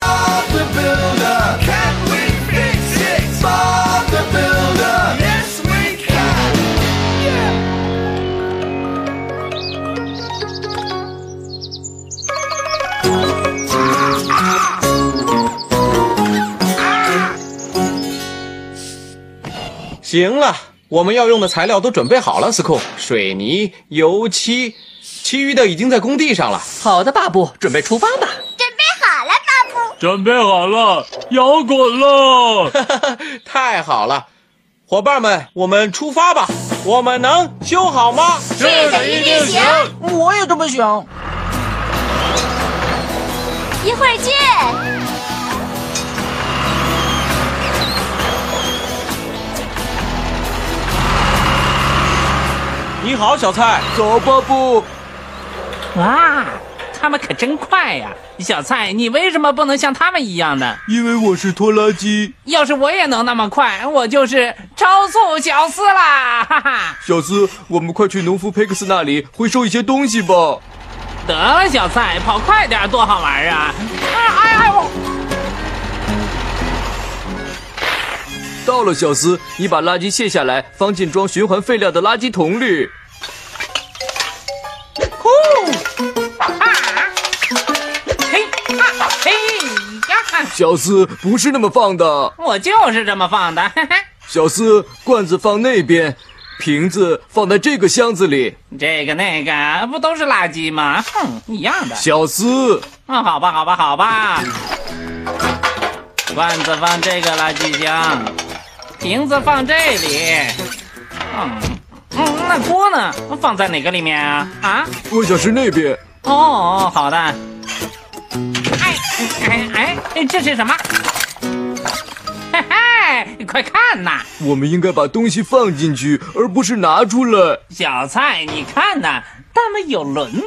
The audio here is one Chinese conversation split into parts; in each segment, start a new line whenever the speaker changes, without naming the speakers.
Bob the Builder. Can we fix it? Bob the Builder. Yes, we can.
行了，我们要用的材料都准备好了，司空，水泥、油漆，其余的已经在工地上了。
好的，巴布，准备出发吧。
准备好了，巴布。
准备好了，摇滚了！
太好了，伙伴们，我们出发吧！我们能修好吗？
这个一定行！
我也这么想。
一会儿见。
你好，小蔡，
走吧，不，
哇，他们可真快呀、小蔡，你为什么不能像他们一样呢？
因为我是拖拉机。
要是我也能那么快，我就是超速小司啦！哈哈，
小斯，我们快去农夫佩克斯那里回收一些东西吧。
得了，小蔡，跑快点儿多好玩啊！啊，哎哎我，
到了，小斯，你把垃圾卸下来，放进装循环废料的垃圾桶里。
嘿，啊，嘿呀，
小斯，不是那么放的。
我就是这么放的。哈哈，
小斯，罐子放那边，瓶子放在这个箱子里。
这个那个不都是垃圾吗？哼，一样的。
小斯，
啊，好吧，好吧，好吧。罐子放这个垃圾箱，瓶子放这里。嗯嗯，那锅呢？放在哪个里面啊？啊？
我想是那边。
哦，好的。哎哎哎，这是什么？嘿嘿，快看呐，
我们应该把东西放进去，而不是拿出来。
小蔡，你看呐，他们有轮子。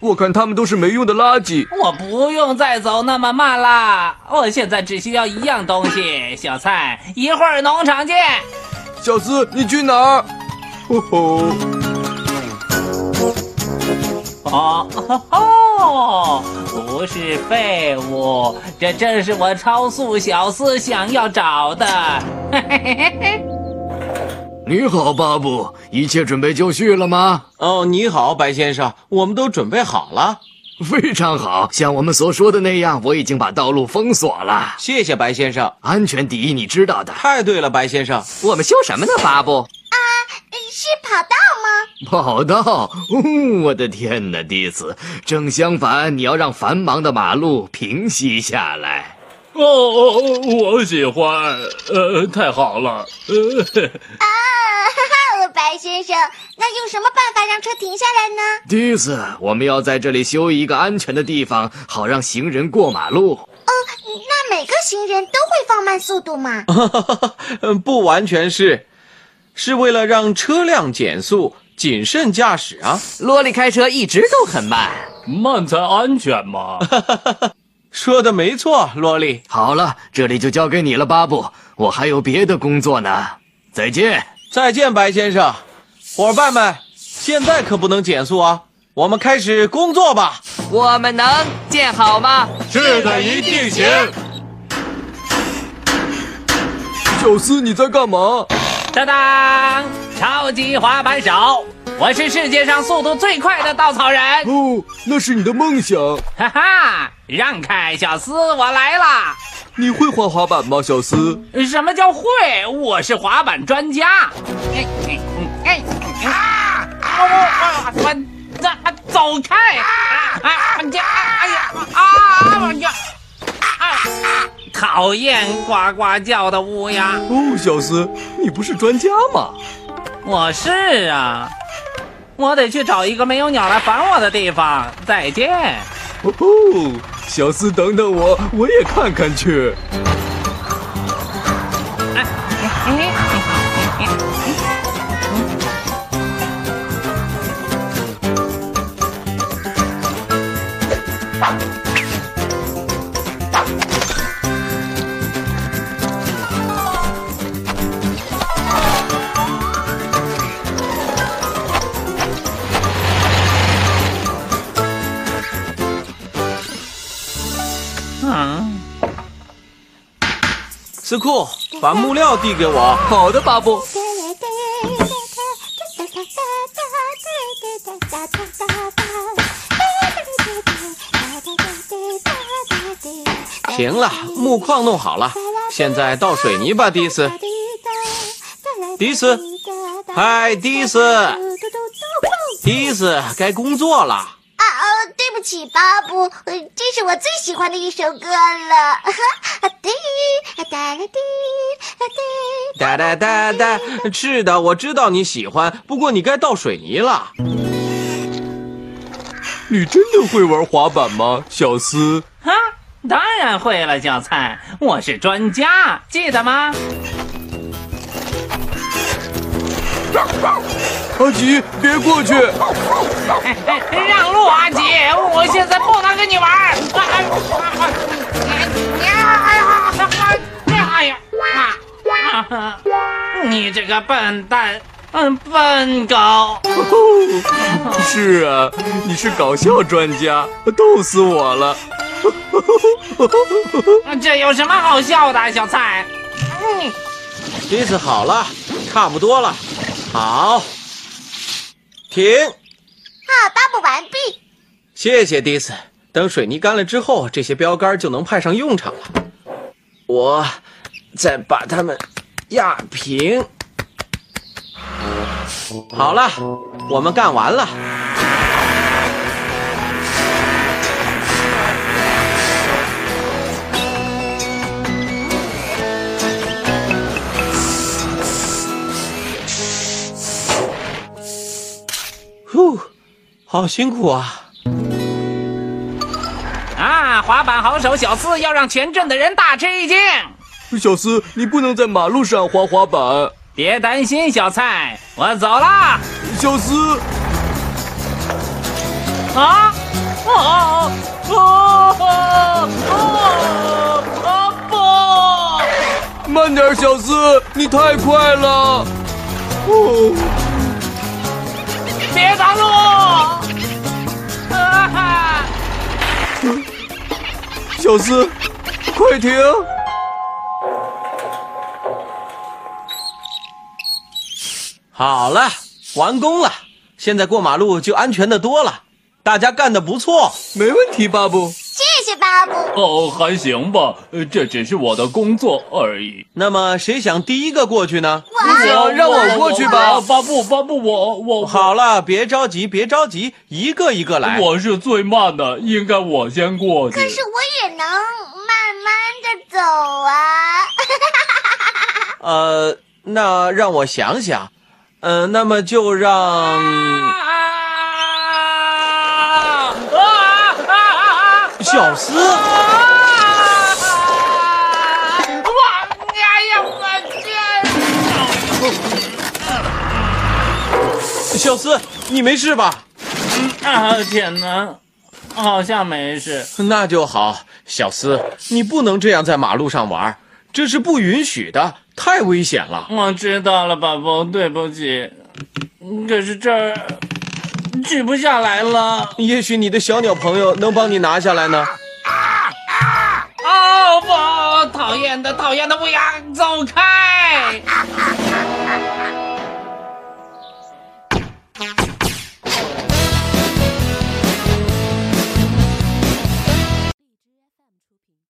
我看他们都是没用的垃圾。
我不用再走那么慢啦，我现在只需要一样东西， 小蔡，一会儿农场见。
小斯，你去哪儿？吼吼。
哦， 吼吼，不是废物，这正是我超速小四想要找的。嘿嘿嘿嘿嘿，
你好，巴布，一切准备就绪了吗？
哦，你好，白先生，我们都准备好了。
非常好，像我们所说的那样，我已经把道路封锁了。
谢谢白先生，
安全第一，你知道的。
太对了，白先生，
我们修什么呢，巴布？
是跑道吗？
跑道，哦我的天哪，迪斯，正相反，你要让繁忙的马路平息下来。
哦哦，我喜欢，呃，太好了，呃，嘿
啊，哈哈，白先生，那用什么办法让车停下来呢？
迪斯，我们要在这里修一个安全的地方，好让行人过马路。
那每个行人都会放慢速度吗？
啊
嗯，不完全是，是为了让车辆减速，谨慎驾驶啊。
萝莉开车一直都很慢。
慢才安全嘛。
说的没错，萝莉。
好了，这里就交给你了，巴布，我还有别的工作呢。再见。
再见，白先生，伙伴们，现在可不能减速啊！我们开始工作吧。
我们能建好吗？
是的，一定行。
小斯，你在干嘛？
当当，超级滑板手，我是世界上速度最快的稻草人，
哦，那是你的梦想。
哈哈！让开，小斯，我来啦！
你会滑滑板吗，小斯？
什么叫会？我是滑板专家。哎哎哎哎啊！我我我这走开！啊啊这哎呀啊！我这啊！讨厌呱呱叫的乌鸦！
哦，小斯，你不是专家吗？
我是啊，我得去找一个没有鸟来烦我的地方。再见。
哦吼，小斯，等等我，我也看看去。
司库，把木料递给我。
好的，巴布。
行了，木框弄好了，啊现在倒水泥吧，迪斯。迪斯，嗨，迪斯，
啊
迪斯，该工作了。
啊哦，对不起，巴布，呃这是我最喜欢的一首歌了。 啊滴啊哒啦滴啊滴，
哒哒哒哒，是的，我知道你喜欢，不过你该倒水泥了。
你真的会玩滑板吗，小斯？
哈，当然会了，小灿，我是专家，记得吗？
阿吉，别过去！
哎哎让路，阿吉，我现在不能跟你玩。哎哎哎呀！哎呀！啊！你这个笨蛋，嗯，笨狗。
是啊，你是搞笑专家，逗死我了。
这有什么好笑的，小蔡？嗯，
迪斯，好了，差不多了。好，停，
好，啊巴布完毕。
谢谢迪斯。等水泥干了之后，这些标杆就能派上用场了。我再把它们压平。好了，我们干完了。呼，好辛苦啊！
啊，滑板好手小四要让全镇的人大吃一惊。
小斯，你不能在马路上滑滑板。
别担心，小蔡，我走了。
小斯，
啊！哦哦哦哦哦
慢点，小斯，你太快了。哦，
不！别挡路！啊哈！
小斯，快停！
好了，完工了，现在过马路就安全的多了。大家干得不错，
没问题，巴布。
谢谢巴布。
哦，还行吧，呃这只是我的工作而已。
那么谁想第一个过去呢？
哇
想让我过去吧
啊，巴布，巴布，我我，
好了，别着急，别着急，一个一个来。
我是最慢的，应该我先过去。
可是我也能慢慢的走啊。
呃，那让我想想，嗯、那么就让
啊啊啊啊！
小斯。
哇！哎呀，我这
小斯，你没事吧？
啊！天哪，好像没事。
那就好，小斯，你不能这样在马路上玩，这是不允许的，太危险了。
我知道了，宝宝，对不起。可是这儿取不下来了。
也许你的小鸟朋友能帮你拿下来呢。
哦不，讨厌的，讨厌的，不要走开！